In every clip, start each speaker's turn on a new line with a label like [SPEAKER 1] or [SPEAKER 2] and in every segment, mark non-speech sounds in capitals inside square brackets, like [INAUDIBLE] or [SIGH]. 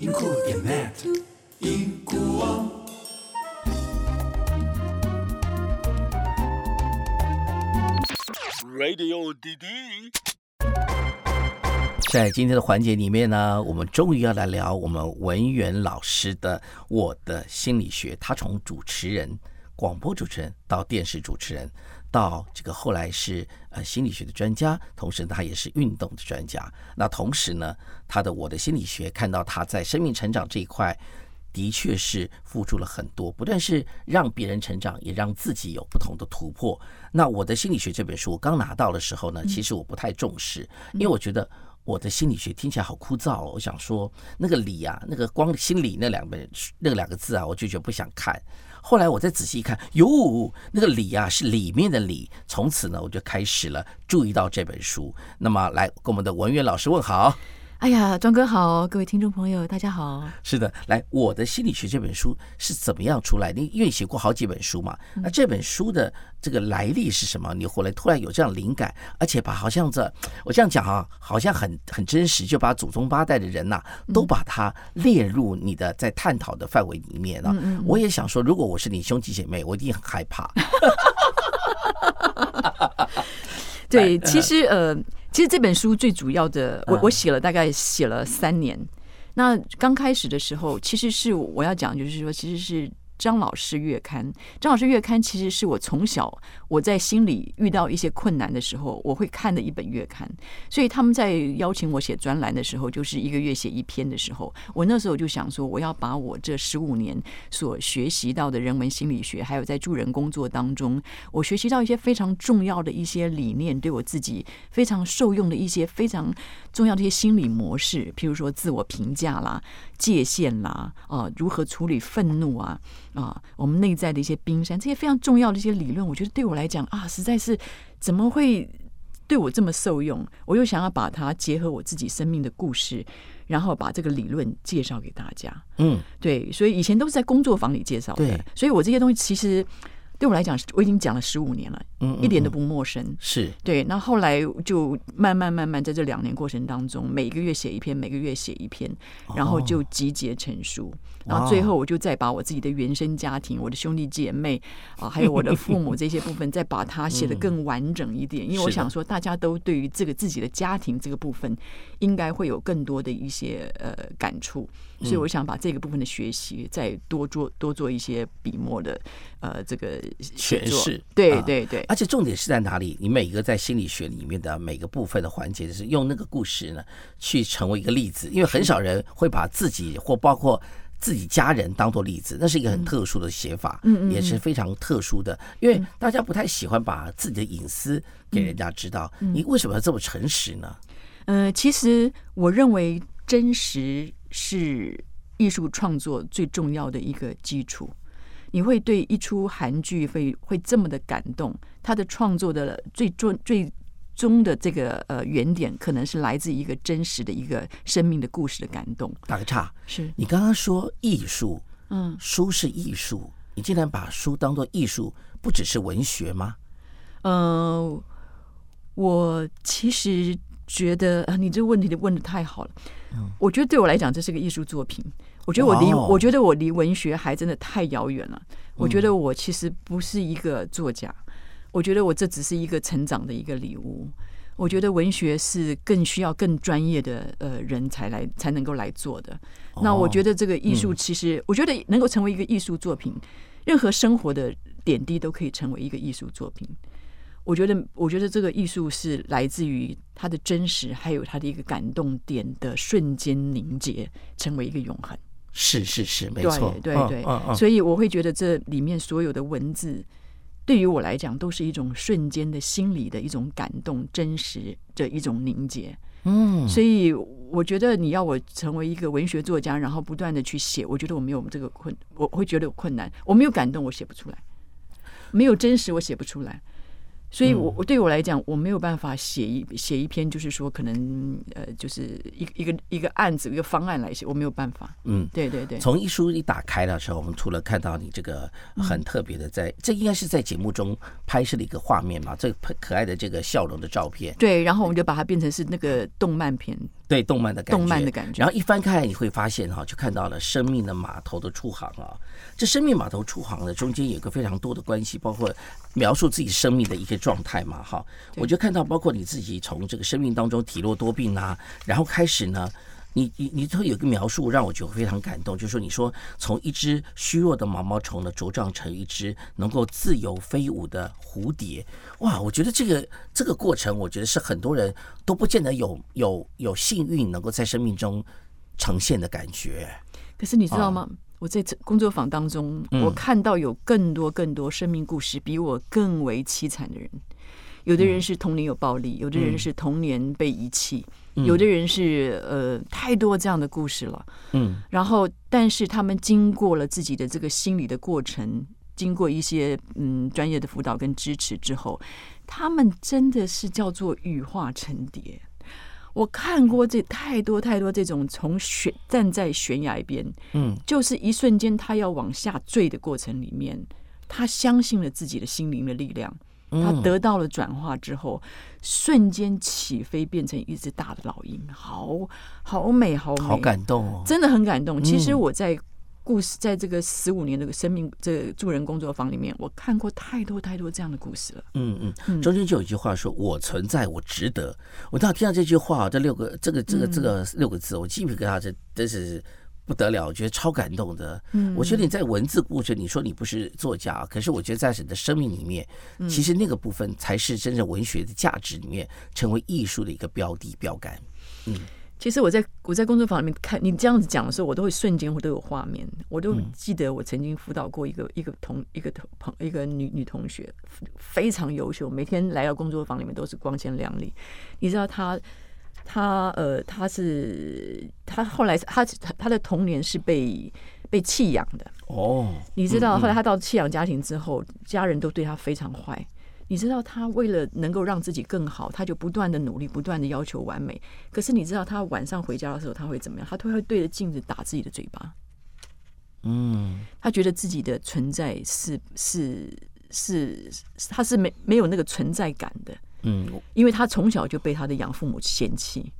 [SPEAKER 1] 银库点 net，银库网。
[SPEAKER 2] Radio DD。
[SPEAKER 3] 在今天的环节里面呢，我们终于要来聊我们文员老师的《我的心理学》，他从主持人、广播主持人到电视主持人，到这个后来是呃心理学的专家，同时他也是运动的专家。那同时呢，他的《我的心理学》看到他在生命成长这一块。的确是付出了很多，不但是让别人成长，也让自己有不同的突破。那我的心理学这本书，我刚拿到的时候呢，其实我不太重视，因为我觉得我的心理学听起来好枯燥哦。我想说，那个理啊，那个光心理那两本书那两个字啊，我就觉得不想看。后来我再仔细一看，哟，那个理啊是里面的理。从此呢，我就开始了注意到这本书。那么，来跟我们的文渊老师问好。
[SPEAKER 4] 哎呀，庄哥好，各位听众朋友，大家好。
[SPEAKER 3] 是的，来，我的心理学这本书是怎么样出来的？你因为你写过好几本书嘛，那这本书的这个来历是什么？你后来突然有这样灵感，而且把好像这，我这样讲啊，好像很很真实，就把祖宗八代的人呐、都把它列入你的在探讨的范围里面啊。我也想说，如果我是你兄弟姐妹，我一定很害怕。
[SPEAKER 4] 对，其实呃，嗯其实这本书最主要的，我我写了大概写了三年。那刚开始的时候，其实是我要讲，就是说，其实是张老师月刊。张老师月刊其实是我从小我在心里遇到一些困难的时候，我会看的一本月刊。所以他们在邀请我写专栏的时候，就是一个月写一篇的时候，我那时候就想说，我要把我这十五年所学习到的人文心理学，还有在助人工作当中，我学习到一些非常重要的一些理念，对我自己非常受用的一些非常重要的一些心理模式，譬如说自我评价啦、界限啦，啊、如何处理愤怒啊，啊、我们内在的一些冰山，这些非常重要的一些理论，我觉得对我来讲啊，实在是怎么会对我这么受用？我又想要把它结合我自己生命的故事，然后把这个理论介绍给大家。
[SPEAKER 3] 嗯，
[SPEAKER 4] 对，所以以前都是在工作坊里介绍
[SPEAKER 3] 对
[SPEAKER 4] 的，所以我这些东西其实对我来讲，我已经讲了十五年了，
[SPEAKER 3] 嗯嗯
[SPEAKER 4] 一点都不陌生。
[SPEAKER 3] 是
[SPEAKER 4] 对，那后来就慢慢慢慢在这两年过程当中，每个月写一篇，每个月写一篇，然
[SPEAKER 3] 哦
[SPEAKER 4] 后就集结成书。然后最后我就再把我自己的原生家庭、我的兄弟姐妹啊，还有我的父母这些部分，再 [LAUGHS] 把它写得更完整一点。因为我
[SPEAKER 3] 嗯是的
[SPEAKER 4] 想说，大家都对于这个自己的家庭这个部分，应该会有更多的一些呃感触。所以
[SPEAKER 3] 嗯
[SPEAKER 4] 我想把这个部分的学习再多做多做一些笔墨的呃这个写
[SPEAKER 3] 诠
[SPEAKER 4] 作
[SPEAKER 3] 释啊
[SPEAKER 4] 对对对，
[SPEAKER 3] 而且重点是在哪里？你每一个在心理学里面的每个部分的环节，就是用那个故事呢，去成为一个例子。因为很少人会把自己或包括自己家人当做例子，那是一个很特殊的写法，
[SPEAKER 4] 嗯嗯嗯
[SPEAKER 3] 也是非常特殊的。因为大家不太喜欢把自己的隐私给人家知道。
[SPEAKER 4] 嗯
[SPEAKER 3] 你为什么要这么诚实呢？
[SPEAKER 4] 呃，其实我认为真实是艺术创作最重要的一个基础。你会对一出韩剧会会这么的感动，它的创作的最终最终的这个呃原点，可能是来自一个真实的一个生命的故事的感动。
[SPEAKER 3] 打个岔，
[SPEAKER 4] 是，
[SPEAKER 3] 你刚刚说艺术，
[SPEAKER 4] 嗯，
[SPEAKER 3] 书是艺术，你竟然把书当做艺术，不只是文学吗？
[SPEAKER 4] 呃，我其实觉得啊，你这个问题的问的太好了。我觉得对我来讲，这是个艺术作品。我觉得我离，
[SPEAKER 3] 嗯哇哦嗯
[SPEAKER 4] 我觉得我离文学还真的太遥远了。我觉得我其实不是一个作家，我觉得我这只是一个成长的一个礼物。我觉得文学是更需要更专业的呃人才来才能够来做的。
[SPEAKER 3] 哦
[SPEAKER 4] 那我觉得这个艺
[SPEAKER 3] 嗯
[SPEAKER 4] 术其实，我觉得能够成为一个艺术作品，任何生活的点滴都可以成为一个艺术作品。我觉得，我觉得这个艺术是来自于它的真实，还有它的一个感动点的瞬间凝结，成为一个永恒。
[SPEAKER 3] 是是是，没
[SPEAKER 4] 对
[SPEAKER 3] 错，
[SPEAKER 4] 对
[SPEAKER 3] 嗯
[SPEAKER 4] 对，
[SPEAKER 3] 嗯嗯
[SPEAKER 4] 所以我会觉得这里面所有的文字，对于我来讲，都是一种瞬间的心理的一种感动、真实的一种凝结。
[SPEAKER 3] 嗯，
[SPEAKER 4] 所以我觉得你要我成为一个文学作家，然后不断的去写，我觉得我没有这个困，我会觉得有困难。我没有感动，我写不出来；没有真实，我写不出来。所以我，
[SPEAKER 3] 嗯
[SPEAKER 4] 我对我来讲，我没有办法写一写一篇，就是说可能呃，就是一个一个一个案子、一个方案来写，我没有办法。
[SPEAKER 3] 嗯，
[SPEAKER 4] 对对对，
[SPEAKER 3] 从一书一打开的时候，我们除了看到你这个很特别的在，这应该是在节目中拍摄的一个画面嘛，这个可爱的这个笑容的照片，
[SPEAKER 4] 对，然后我们就把它变成是那个动漫片，
[SPEAKER 3] 对动漫的感觉，
[SPEAKER 4] 动漫的感觉
[SPEAKER 3] 然后一翻开来，你会发现哈、就看到了生命的码头的出航啊。这生命码头出航呢，中间有个非常多的关系，包括描述自己生命的一个状态嘛哈。我就看到，包括你自己从这个生命当中体弱多病啊，然后开始呢。你你你都有一个描述让我觉得非常感动，就是说你说从一只虚弱的毛毛虫呢茁壮成一只能够自由飞舞的蝴蝶，哇！我觉得这个这个过程，我觉得是很多人都不见得有有有幸运能够在生命中呈现的感觉。
[SPEAKER 4] 可是你知道吗？我在这工作坊当中，我看到有更多更多生命故事比我更为凄惨的人。有的人是童年有暴力，有的人是童年被遗弃，有的人是呃太多这样的故事了。
[SPEAKER 3] 嗯
[SPEAKER 4] 然后，但是他们经过了自己的这个心理的过程，经过一些嗯专业的辅导跟支持之后，他们真的是叫做羽化成蝶。我看过这太多太多这种从悬站在悬崖边，
[SPEAKER 3] 嗯，
[SPEAKER 4] 就是一瞬间他要往下坠的过程里面，他相信了自己的心灵的力量，
[SPEAKER 3] 嗯
[SPEAKER 4] 他得到了转化之后，瞬间起飞变成一只大的老鹰，好好美，好美，
[SPEAKER 3] 好感动哦。
[SPEAKER 4] 真的很感动。其实我在故事，在这个十五年的生命这个助人工作坊里面，我看过太多太多这样的故事了。
[SPEAKER 3] 嗯嗯，中间就有一句话说：“我存在，我值得。”我当时听到这句话，这六个这个这个这个六个字，我鸡皮疙瘩，这真是不得了，我觉得超感动的。嗯，我觉得你在文字故事，你说你不是作家，可是我觉得在你的生命里面，其实那个部分才是真正文学的价值里面成为艺术的一个标的标杆。
[SPEAKER 4] 其实我在我在工作坊里面看你这样子讲的时候，我都会瞬间我都有画面，我都记得我曾经辅导过一个一个同一个同朋一个女女同学，非常优秀，每天来到工作坊里面都是光鲜亮丽。你知道她，她呃，她是她后来她她的童年是被被弃养的，
[SPEAKER 3] 哦，
[SPEAKER 4] 你知道，后来他到弃养家庭之后，家人都对他非常坏。你知道，他为了能够让自己更好，他就不断的努力，不断的要求完美。可是你知道，他晚上回家的时候，他会怎么样？他都会对着镜子打自己的嘴巴。
[SPEAKER 3] 嗯
[SPEAKER 4] 他觉得自己的存在是是是，他是没没有那个存在感的。
[SPEAKER 3] 嗯
[SPEAKER 4] 因为他从小就被他的养父母嫌弃，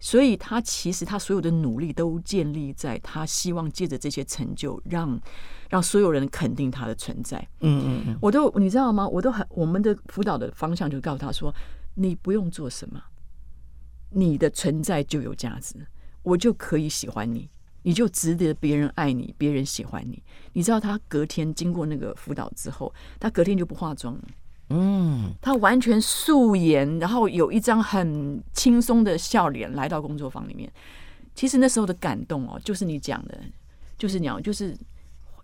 [SPEAKER 4] 所以他其实他所有的努力都建立在他希望借着这些成就让让所有人肯定他的存在。
[SPEAKER 3] 嗯嗯嗯，
[SPEAKER 4] 我都你知道吗？我都很我们的辅导的方向就告诉他说，你不用做什么，你的存在就有价值，我就可以喜欢你，你就值得别人爱你，别人喜欢你。你知道他隔天经过那个辅导之后，他隔天就不化妆了。
[SPEAKER 3] 嗯
[SPEAKER 4] 他完全素颜，然后有一张很轻松的笑脸来到工作坊里面。其实那时候的感动哦，就是你讲的，就是鸟，就是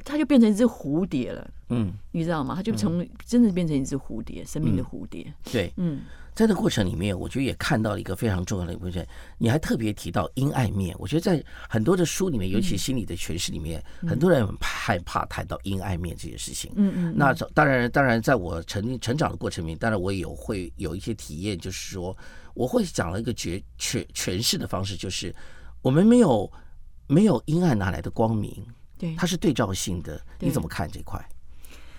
[SPEAKER 4] 它就变成一只蝴蝶了，
[SPEAKER 3] 嗯，
[SPEAKER 4] 你知道吗？它就从真的变成一只蝴蝶，生命的蝴蝶。
[SPEAKER 3] 对，
[SPEAKER 4] 嗯，
[SPEAKER 3] 在这过程里面，我觉得也看到了一个非常重要的一部分。你还特别提到阴暗面，我觉得在很多的书里面，尤其心理的诠释里面，很多人很害怕谈到阴暗面这件事情。
[SPEAKER 4] 嗯嗯，
[SPEAKER 3] 那当然，当然，在我成成长的过程里面，当然我也有会有一些体验，就是说，我会讲了一个诠诠诠释的方式，就是我们没有没有阴暗哪来的光明，
[SPEAKER 4] 对
[SPEAKER 3] 它。是对照性的。
[SPEAKER 4] 对
[SPEAKER 3] 你怎么看这块？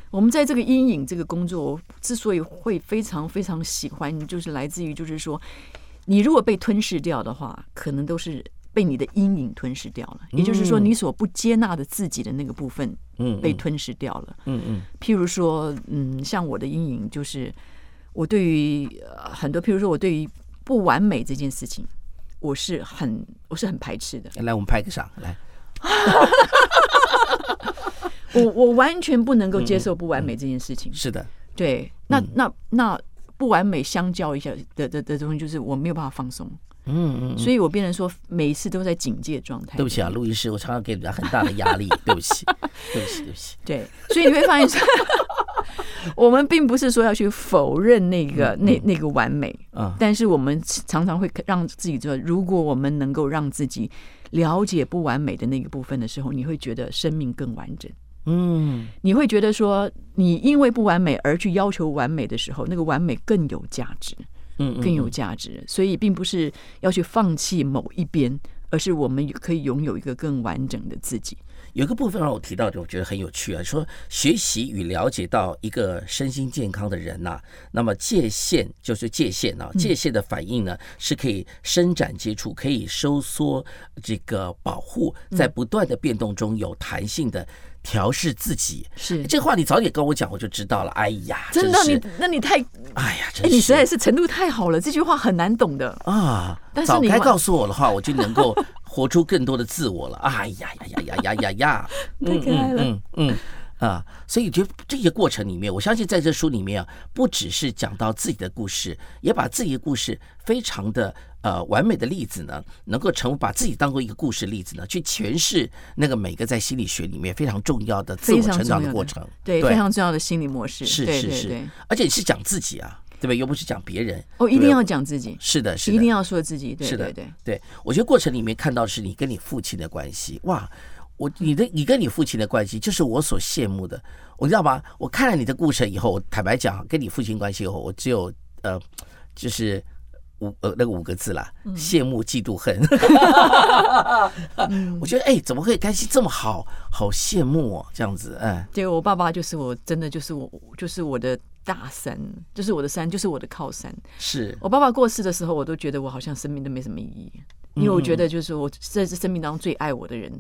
[SPEAKER 4] 我们在这个阴影这个工作，我之所以会非常非常喜欢，就是来自于就是说，你如果被吞噬掉的话，可能都是被你的阴影吞噬掉了。也就是说，你所不接纳的自己的那个部分
[SPEAKER 3] 嗯，
[SPEAKER 4] 被吞噬掉了。
[SPEAKER 3] 嗯嗯
[SPEAKER 4] 譬如说，嗯，像我的阴影就是我对于、呃很多，譬如说我对于不完美这件事情，我是很我是很排斥的。
[SPEAKER 3] 嗯，来，我们拍个掌，来，
[SPEAKER 4] 我我完全不能够接受不完美这件事情。
[SPEAKER 3] 是的，
[SPEAKER 4] 对，那
[SPEAKER 3] 嗯
[SPEAKER 4] 那那不完美相较一下的的的东西，就是我没有办法放松，
[SPEAKER 3] 嗯嗯。
[SPEAKER 4] 所以我变成说每一次都在警戒状态。
[SPEAKER 3] 对不起啊，录音师，我常常给人家很大的压
[SPEAKER 4] [LAUGHS]
[SPEAKER 3] 力，对不起，对不起，对不起。
[SPEAKER 4] 对，所以你会发现说， [LAUGHS] 我们并不是说要去否认那个、那那个完美，
[SPEAKER 3] 嗯
[SPEAKER 4] 但是我们常常会让自己说，如果我们能够让自己了解不完美的那个部分的时候，你会觉得生命更完整。
[SPEAKER 3] 嗯
[SPEAKER 4] 你会觉得说，你因为不完美而去要求完美的时候，那个完美更有价值，
[SPEAKER 3] 嗯
[SPEAKER 4] 更有价值。所以，并不是要去放弃某一边，而是我们可以拥有一个更完整的自己。
[SPEAKER 3] 有一个部分让我提到，就我觉得很有趣啊，说学习与了解到一个身心健康的人呐、那么界限就是界限
[SPEAKER 4] 嗯
[SPEAKER 3] 啊，界限的反应呢是可以伸展接触，可以收缩这个保护，
[SPEAKER 4] 嗯
[SPEAKER 3] 在不断的变动中有弹性的调试自己。
[SPEAKER 4] 是
[SPEAKER 3] 这个话你早点跟我讲，我就知道了。哎呀，
[SPEAKER 4] 真的，
[SPEAKER 3] 是
[SPEAKER 4] 你那你太，
[SPEAKER 3] 哎呀，真是
[SPEAKER 4] 哎，你实在是程度太好了，这句话很难懂的。
[SPEAKER 3] 啊！
[SPEAKER 4] 但是
[SPEAKER 3] 早
[SPEAKER 4] 你
[SPEAKER 3] 该
[SPEAKER 4] 晚
[SPEAKER 3] 告诉我的话，我就能够 [LAUGHS] 活出更多的自我了。哎呀呀呀呀呀呀呀！
[SPEAKER 4] [LAUGHS] 太可爱了
[SPEAKER 3] 嗯嗯嗯嗯啊！所以就这些过程里面，我相信在这书里面啊，不只是讲到自己的故事，也把自己的故事非常的呃完美的例子呢，能够成把自己当做一个故事例子呢，去诠释那个每个在心理学里面非常重要的自我
[SPEAKER 4] 非常
[SPEAKER 3] 成长
[SPEAKER 4] 重要
[SPEAKER 3] 的
[SPEAKER 4] 的
[SPEAKER 3] 过程。
[SPEAKER 4] 对，非常重要的心理模式，
[SPEAKER 3] 是
[SPEAKER 4] 对
[SPEAKER 3] 是
[SPEAKER 4] 对
[SPEAKER 3] 是
[SPEAKER 4] 对，
[SPEAKER 3] 而且你是讲自己啊，对不对？又不是讲别人。
[SPEAKER 4] 哦，一
[SPEAKER 3] 对
[SPEAKER 4] 定
[SPEAKER 3] 不对
[SPEAKER 4] 要讲自己，
[SPEAKER 3] 是的，是的，
[SPEAKER 4] 一定要说自己，对
[SPEAKER 3] 是的，
[SPEAKER 4] 对对，
[SPEAKER 3] 对我觉得过程里面看到的是你跟你父亲的关系，哇，我你的你跟你父亲的关系就是我所羡慕的，我知道吗？我看了你的故事以后，我坦白讲，跟你父亲关系以后，我只有呃，就是。五呃那个五个字啦，
[SPEAKER 4] 嗯
[SPEAKER 3] 羡慕嫉妒
[SPEAKER 4] [LAUGHS]
[SPEAKER 3] 恨。我觉得哎、怎么会关系这么好？好羡慕哦，这样子，哎、
[SPEAKER 4] 对我爸爸就是我，真的就是我，就是我的大山，就是我的山，就是我的靠山。
[SPEAKER 3] 是
[SPEAKER 4] 我爸爸过世的时候，我都觉得我好像生命都没什么意义，因为我觉得就是我这是生命当中最爱我的人，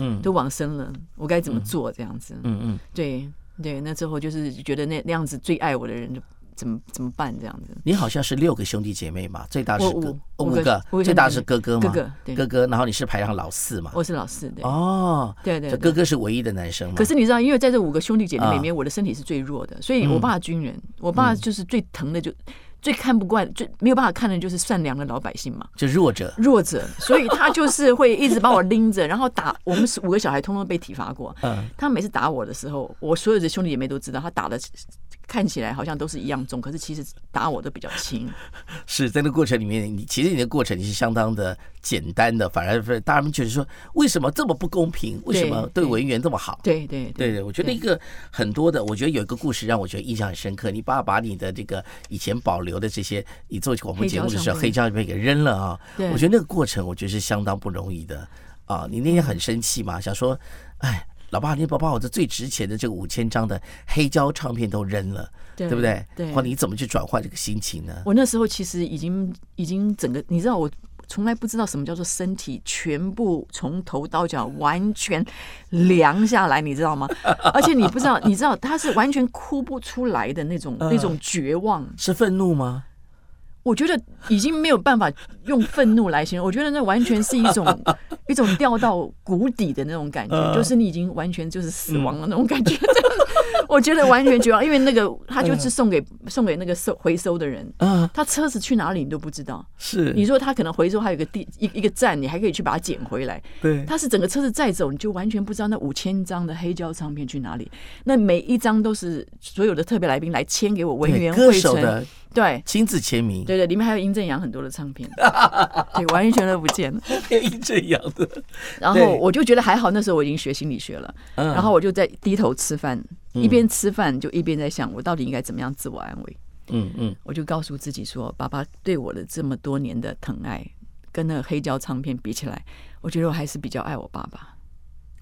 [SPEAKER 3] 嗯
[SPEAKER 4] 都往生了，我该怎么做这样子？
[SPEAKER 3] 嗯嗯。
[SPEAKER 4] 对对，那之后就是觉得那那样子最爱我的人怎么怎么办这样子？
[SPEAKER 3] 你好像是六个兄弟姐妹嘛，最大是
[SPEAKER 4] 我
[SPEAKER 3] 哥
[SPEAKER 4] 五
[SPEAKER 3] 哦五
[SPEAKER 4] 五个
[SPEAKER 3] 个
[SPEAKER 4] 五，个
[SPEAKER 3] 最大是
[SPEAKER 4] 兄
[SPEAKER 3] 哥
[SPEAKER 4] 弟
[SPEAKER 3] 哥
[SPEAKER 4] 哥
[SPEAKER 3] 嘛，
[SPEAKER 4] 哥对
[SPEAKER 3] 哥哥，然后你是排行老四嘛，
[SPEAKER 4] 我是老四，对
[SPEAKER 3] 哦，
[SPEAKER 4] 对对
[SPEAKER 3] 这啊
[SPEAKER 4] 对
[SPEAKER 3] 哥哥是唯一的男生嘛？
[SPEAKER 4] 可是你知道，因为在这五个兄弟姐妹里面，我的身体是最弱的，所以
[SPEAKER 3] 嗯
[SPEAKER 4] 我爸军人，我爸就是最疼的就。最看不惯、最没有办法看的就是善良的老百姓嘛，
[SPEAKER 3] 就弱者
[SPEAKER 4] 弱者，所以他就是会一直把我拎着，然后打我们五个小孩，通通被体罚过。
[SPEAKER 3] 嗯
[SPEAKER 4] 他每次打我的时候，我所有的兄弟姐妹都知道，他打的看起来好像都是一样重，可是其实打我的比较轻。
[SPEAKER 3] 是在那个过程里面，你其实你的过程你是相当的简单的，反而是大家们觉得说为什么这么不公平？为什么对
[SPEAKER 4] 对
[SPEAKER 3] 文员这么好？
[SPEAKER 4] 对嗯对
[SPEAKER 3] 对对，我觉得一个很多的，我觉得有一个故事让我觉得印象很深刻。你爸把你的这个以前保留的这些，你做广播节目的时候黑
[SPEAKER 4] 黑
[SPEAKER 3] 胶唱片给扔了啊。
[SPEAKER 4] 对
[SPEAKER 3] 我觉得那个过程，我觉得是相当不容易的啊。你那
[SPEAKER 4] 嗯
[SPEAKER 3] 天很生气嘛，想说，哎，老爸，你把把我这最值钱的这个五千张的黑胶唱片都扔了，
[SPEAKER 4] 对
[SPEAKER 3] 不对？
[SPEAKER 4] 对
[SPEAKER 3] 或你怎么去转换这个心情呢？
[SPEAKER 4] 我那时候其实已经已经整个，你知道我。从来不知道什么叫做身体全部从头到脚完全凉下来，你知道吗？而且你不知道，你知道他是完全哭不出来的那种那种绝望。
[SPEAKER 3] 是愤怒吗？
[SPEAKER 4] 我觉得已经没有办法用愤怒来形容，我觉得那完全是一
[SPEAKER 3] [LAUGHS]
[SPEAKER 4] 种一种掉到谷底的那种感觉，
[SPEAKER 3] 嗯
[SPEAKER 4] 就是你已经完全就是死亡了那种感觉。 [LAUGHS] 我觉得完全绝望，因为那个他就是送给
[SPEAKER 3] 嗯
[SPEAKER 4] 送给那个收回收的人，
[SPEAKER 3] 啊，
[SPEAKER 4] 他车子去哪里你都不知道。你
[SPEAKER 3] 是，
[SPEAKER 4] 说他可能回收还有个地一一个站，你还可以去把它捡回来。
[SPEAKER 3] 对，
[SPEAKER 4] 他是整个车子载走，你就完全不知道那五千张的黑胶唱片去哪里。那每一张都是所有的特别来宾来签给我文
[SPEAKER 3] 对
[SPEAKER 4] 员
[SPEAKER 3] 歌
[SPEAKER 4] 汇
[SPEAKER 3] 手
[SPEAKER 4] 成，
[SPEAKER 3] 的
[SPEAKER 4] 对
[SPEAKER 3] 亲自签名， [LAUGHS]
[SPEAKER 4] 对对，里面还有殷正阳很多的唱片，对，完全都不见
[SPEAKER 3] [LAUGHS]
[SPEAKER 4] 了。
[SPEAKER 3] 这样的，
[SPEAKER 4] 然后
[SPEAKER 3] 对
[SPEAKER 4] 我就觉得还好，那时候我已经学心理学了，
[SPEAKER 3] 嗯
[SPEAKER 4] 然后我就在低头吃饭，一边吃饭就一边在想，我到底应该怎么样自我安慰。
[SPEAKER 3] 嗯嗯，
[SPEAKER 4] 我就告诉自己说，爸爸对我的这么多年的疼爱，跟那个黑胶唱片比起来，我觉得我还是比较爱我爸爸。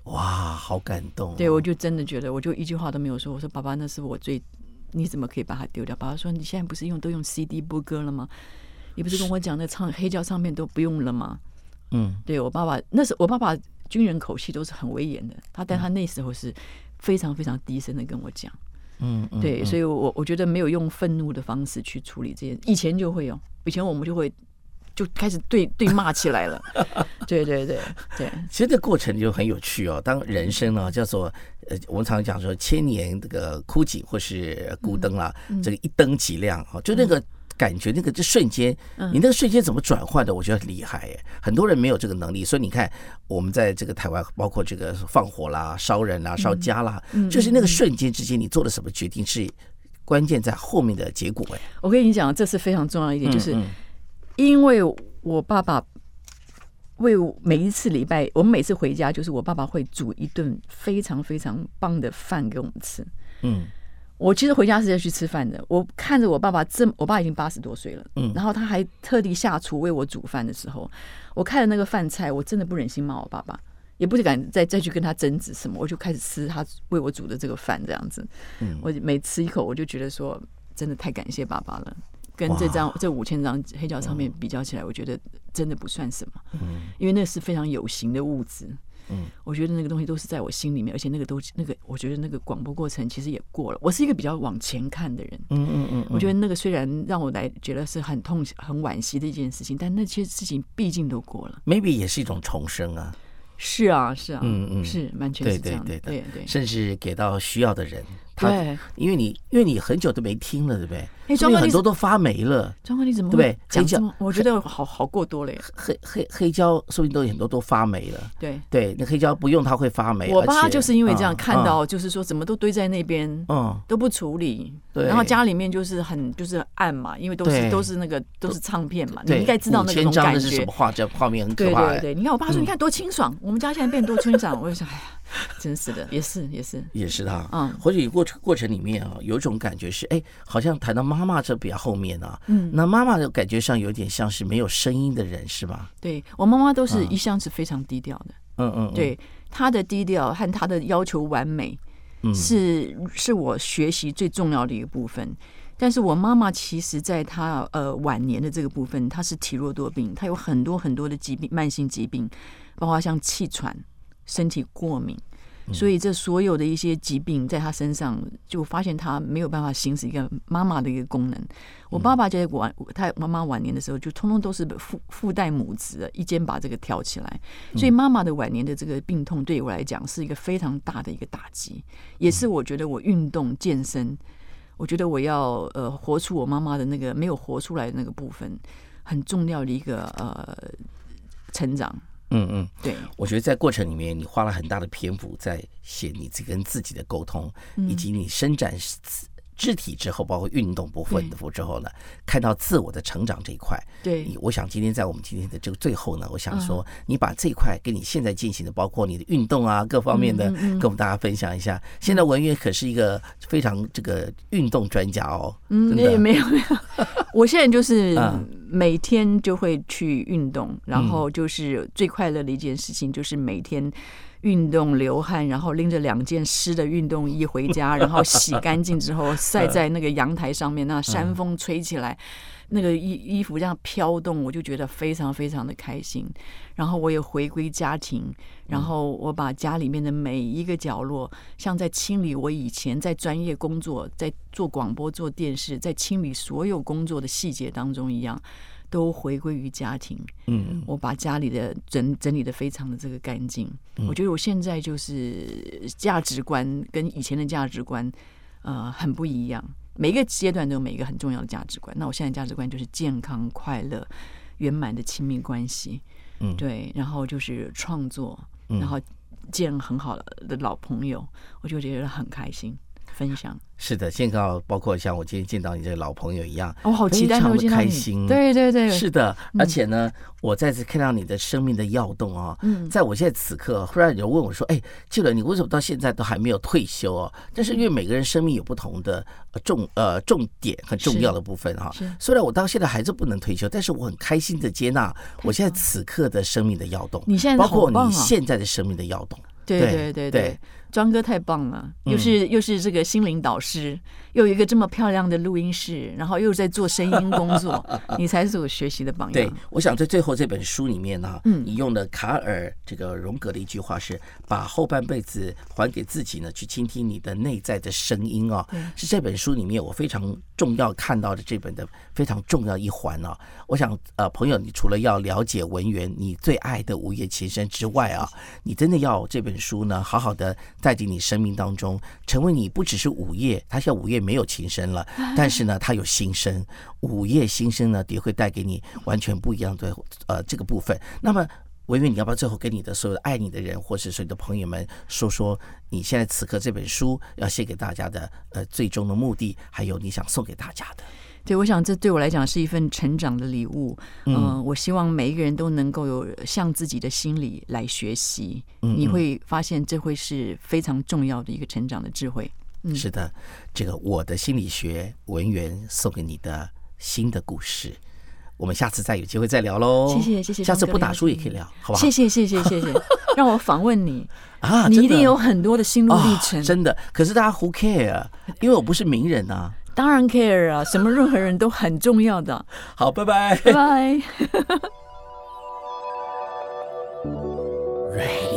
[SPEAKER 3] 哦哇，好感动哦，
[SPEAKER 4] 对，我就真的觉得，我就一句话都没有说。我说爸爸，那是我最，你怎么可以把它丢掉？爸爸说，你现在不是用都用 CD 播歌了吗？你不是跟我讲那唱黑胶唱片都不用了吗？
[SPEAKER 3] 嗯。
[SPEAKER 4] 对我爸爸，那时我爸爸军人口气都是很威严的，他但他那时候是非常非常低声的跟我讲。
[SPEAKER 3] 嗯，嗯
[SPEAKER 4] 对，所以我我觉得没有用愤怒的方式去处理这件，以前就会有，以前我们就会就开始对对骂起来了，
[SPEAKER 3] [LAUGHS]
[SPEAKER 4] 对对对对，
[SPEAKER 3] 其实这过程就很有趣哦。当人生呢、叫做呃，我们常讲说千年这个枯井或是孤灯啦、
[SPEAKER 4] 嗯
[SPEAKER 3] 这个一灯即亮哦，就那个感觉，那个这瞬间，你那个瞬间怎么转换的？我觉得很厉害耶。很多人没有这个能力，所以你看我们在这个台湾，包括这个放火啦、烧人
[SPEAKER 4] 嗯
[SPEAKER 3] 啦、烧家啦，就是那个瞬间之间你做了什么决定是关键在后面的结果哎。
[SPEAKER 4] 我跟你讲，这是非常重要的一点，就是
[SPEAKER 3] 嗯
[SPEAKER 4] 因为我爸爸。为我每一次礼拜，我们每次回家，就是我爸爸会煮一顿非常非常棒的饭给我们吃。
[SPEAKER 3] 嗯，
[SPEAKER 4] 我其实回家是要去吃饭的。我看着我爸爸这么，我爸已经八十多岁了，
[SPEAKER 3] 嗯
[SPEAKER 4] 然后他还特地下厨为我煮饭的时候，我看着那个饭菜，我真的不忍心骂我爸爸，也不敢再再去跟他争执什么，我就开始吃他为我煮的这个饭，这样子。
[SPEAKER 3] 嗯
[SPEAKER 4] 我每吃一口，我就觉得说，真的太感谢爸爸了。跟这张这五千张黑胶唱
[SPEAKER 3] 嗯
[SPEAKER 4] 片比较起来，我觉得真的不算什么，因为那是非常有形的物质。我觉得那个东西都是在我心里面，而且那个都那个，我觉得那个广播过程其实也过了。我是一个比较往前看的人，
[SPEAKER 3] 嗯嗯嗯
[SPEAKER 4] 我觉得那个虽然让我来觉得是很痛、很惋惜的一件事情，但那些事情毕竟都过了。
[SPEAKER 3] ，maybe 也是一种重生啊，
[SPEAKER 4] 是啊，是啊，
[SPEAKER 3] 嗯嗯
[SPEAKER 4] 是完全
[SPEAKER 3] 对
[SPEAKER 4] 是这
[SPEAKER 3] 对
[SPEAKER 4] 样的，
[SPEAKER 3] 对
[SPEAKER 4] 对
[SPEAKER 3] 的
[SPEAKER 4] 对。
[SPEAKER 3] 甚至给到需要的人。他
[SPEAKER 4] 对，
[SPEAKER 3] 因为你因为你很久都没听了，对不对？说
[SPEAKER 4] 哎庄
[SPEAKER 3] 明
[SPEAKER 4] 哥
[SPEAKER 3] 很
[SPEAKER 4] 你
[SPEAKER 3] 多都发霉了。
[SPEAKER 4] 张哥，你怎么
[SPEAKER 3] 对不对
[SPEAKER 4] 会讲
[SPEAKER 3] 黑胶
[SPEAKER 4] 这么？我觉得好好过多了耶。
[SPEAKER 3] 黑黑黑胶说不定都有很多都发霉了。
[SPEAKER 4] 对，
[SPEAKER 3] 对，那黑胶不用它会发霉。
[SPEAKER 4] 我
[SPEAKER 3] 哎而
[SPEAKER 4] 爸
[SPEAKER 3] 且
[SPEAKER 4] 就是因为这样
[SPEAKER 3] 嗯
[SPEAKER 4] 看到，就是说怎么都堆在那边。
[SPEAKER 3] 嗯嗯
[SPEAKER 4] 都不处理，
[SPEAKER 3] 对
[SPEAKER 4] 然后家里面就是很就是暗嘛，因为都
[SPEAKER 3] 对
[SPEAKER 4] 是都是那个都是唱片嘛，你
[SPEAKER 3] 对
[SPEAKER 4] 应该知道
[SPEAKER 3] 五
[SPEAKER 4] 那
[SPEAKER 3] 千
[SPEAKER 4] 种
[SPEAKER 3] 张
[SPEAKER 4] 感
[SPEAKER 3] 那是什
[SPEAKER 4] 觉
[SPEAKER 3] 么。画？这画面很可
[SPEAKER 4] 对
[SPEAKER 3] 怕、哎
[SPEAKER 4] 对对，你看我爸
[SPEAKER 3] 嗯
[SPEAKER 4] 说，你看多清爽，我们家现在变多清爽， [LAUGHS] 我就想，哎呀，真是的，也是也是，
[SPEAKER 3] 也是他，
[SPEAKER 4] 嗯
[SPEAKER 3] 或许过程过程里面啊，有一种感觉是，哎，好像谈到妈妈这比较后面啊，嗯，那妈妈的感觉上有点像是没有声音的人，是吧？
[SPEAKER 4] 对我妈妈都是一向是非常低调的，
[SPEAKER 3] 嗯嗯，嗯，
[SPEAKER 4] 对她的低调和她的要求完美
[SPEAKER 3] 嗯
[SPEAKER 4] 是是我学习最重要的一个部分。但是我妈妈其实在她呃晚年的这个部分，她是体弱多病，她有很多很多的疾病，慢性疾病，包括像气喘、身体过敏，所以这所有的一些疾病在她身上，就发现她没有办法行使一个妈妈的一个功能。我爸爸在晚他妈妈晚年的时候，就通通都是附附带母职的，一肩把这个挑起来。所以妈妈的晚年的这个病痛，对我来讲是一个非常大的一个打击，也是我觉得我运动健身，我觉得我要呃活出我妈妈的那个没有活出来的那个部分，很重要的一个呃成长。
[SPEAKER 3] 嗯嗯，
[SPEAKER 4] 对，
[SPEAKER 3] 我觉得在过程里面，你花了很大的篇幅在写你自己跟自己的沟通，以
[SPEAKER 4] 嗯
[SPEAKER 3] 及你伸展肢肢体之后，包括运动部分的之后呢，看到自我的成长这一块。
[SPEAKER 4] 嗯对嗯
[SPEAKER 3] 你我想今天在我们今天的这个最后呢，我想说，你把这一块跟你现在进行的，包括你的运动啊各方面
[SPEAKER 4] 嗯
[SPEAKER 3] 的，跟我们大家分享一下。现在文渊可是一个非常这个运动专家哦，
[SPEAKER 4] 嗯，
[SPEAKER 3] 真
[SPEAKER 4] 也
[SPEAKER 3] 的，
[SPEAKER 4] 没有没有，我现在就
[SPEAKER 3] [LAUGHS]
[SPEAKER 4] 是
[SPEAKER 3] 嗯
[SPEAKER 4] 每天就会去运动，然后就是最快乐的一件事情就是每天运动流汗，然后拎着两件湿的运动衣
[SPEAKER 3] [LAUGHS]
[SPEAKER 4] 回家，然后洗干净之后晒在那个阳台上面，那山风吹起来。那个衣衣服这样飘动，我就觉得非常非常的开心。然后我也回归家庭，然后我把家里面的每一个角落，像在清理我以前在专业工作、在做广播、做电视、在清理所有工作的细节当中一样，都回归于家庭。
[SPEAKER 3] 嗯，
[SPEAKER 4] 我把家里的整整理的非常的这个干净。我觉得我现在就是价值观跟以前的价值观，呃，很不一样。每一个阶段都有每一个很重要的价值观。那我现在价值观就是健康、快乐、圆满的亲密关系，
[SPEAKER 3] 嗯
[SPEAKER 4] 对，然后就是创作，然后见很好的老朋友，我就觉得很开心。分享，
[SPEAKER 3] 是的，现在包括像我今天见到你这个老朋友一样，
[SPEAKER 4] 我、哦好期待
[SPEAKER 3] 非常地
[SPEAKER 4] 能够见到
[SPEAKER 3] 开
[SPEAKER 4] 你
[SPEAKER 3] 心
[SPEAKER 4] 对对对，
[SPEAKER 3] 是的，
[SPEAKER 4] 嗯
[SPEAKER 3] 而且呢，我再次看到你的生命的跃动啊、嗯，在我现在此刻，忽然有人问我说：“哎，季伦，你为什么到现在都还没有退休哦？”但
[SPEAKER 4] 嗯
[SPEAKER 3] 是因为每个人生命有不同的呃重呃重点很重要的部分哈、
[SPEAKER 4] 是
[SPEAKER 3] 虽然我到现在还是不能退休，但是我很开心的接纳我现在此刻的生命的跃动，
[SPEAKER 4] 你现在
[SPEAKER 3] 包
[SPEAKER 4] 好
[SPEAKER 3] 括
[SPEAKER 4] 棒啊
[SPEAKER 3] 你现在的生命的跃动。
[SPEAKER 4] 对
[SPEAKER 3] 对
[SPEAKER 4] 对对
[SPEAKER 3] 对嗯
[SPEAKER 4] 对，庄哥太棒了，又是又是这个心灵导师，又有一个这么漂亮的录音室，然后又在做声音工作， [LAUGHS] 你才是我学习的榜
[SPEAKER 3] 对
[SPEAKER 4] 样。，
[SPEAKER 3] 我想在最后这本书里面呢、
[SPEAKER 4] 嗯
[SPEAKER 3] 你用了卡尔这个荣格的一句话是：把后半辈子还给自己呢，去倾听你的内在的声音啊、是这本书里面我非常重要看到的这本的非常重要一环啊。我想呃，朋友，你除了要了解文员你最爱的午夜琴声之外啊，你真的要这本书呢，好好的带进你生命当中，成为你不只是午夜，它现在午夜没有琴声了，
[SPEAKER 4] 啊
[SPEAKER 3] 但是呢，它有心声，午夜心声呢也会带给你完全不一样的呃这个部分。那么。文渊，你要不要最后跟你的所有的爱你的人，或是所有的朋友们说说你现在此刻这本书要献给大家的呃最终的目的，还有你想送给大家的？
[SPEAKER 4] 对，我想这对我来讲是一份成长的礼物。嗯、我希望每一个人都能够有向自己的心理
[SPEAKER 3] 嗯
[SPEAKER 4] 来学习，你会发现这会是非常重要的一个成长的智慧。嗯
[SPEAKER 3] 是的，这个我的心理学文员送给你的新的故事，我们下次再有机会再聊喽。
[SPEAKER 4] 谢谢谢谢
[SPEAKER 3] 下次
[SPEAKER 4] 张哥
[SPEAKER 3] 不打
[SPEAKER 4] 亮
[SPEAKER 3] 书也
[SPEAKER 4] 先
[SPEAKER 3] 可以
[SPEAKER 4] 生
[SPEAKER 3] 聊，好不好？
[SPEAKER 4] 谢谢谢谢
[SPEAKER 3] [LAUGHS]
[SPEAKER 4] 谢谢，让我访问你，
[SPEAKER 3] 啊，
[SPEAKER 4] 你
[SPEAKER 3] 真
[SPEAKER 4] 一定
[SPEAKER 3] 的
[SPEAKER 4] 有很多的心路历
[SPEAKER 3] 啊
[SPEAKER 4] 程，
[SPEAKER 3] 真的。可是大家 who care？因啊为我不是名人啊。
[SPEAKER 4] 当然 care 啊，什么任何人都很重
[SPEAKER 3] [LAUGHS]
[SPEAKER 4] 要的，
[SPEAKER 3] 好，拜拜。
[SPEAKER 4] 拜拜。
[SPEAKER 1] Radio.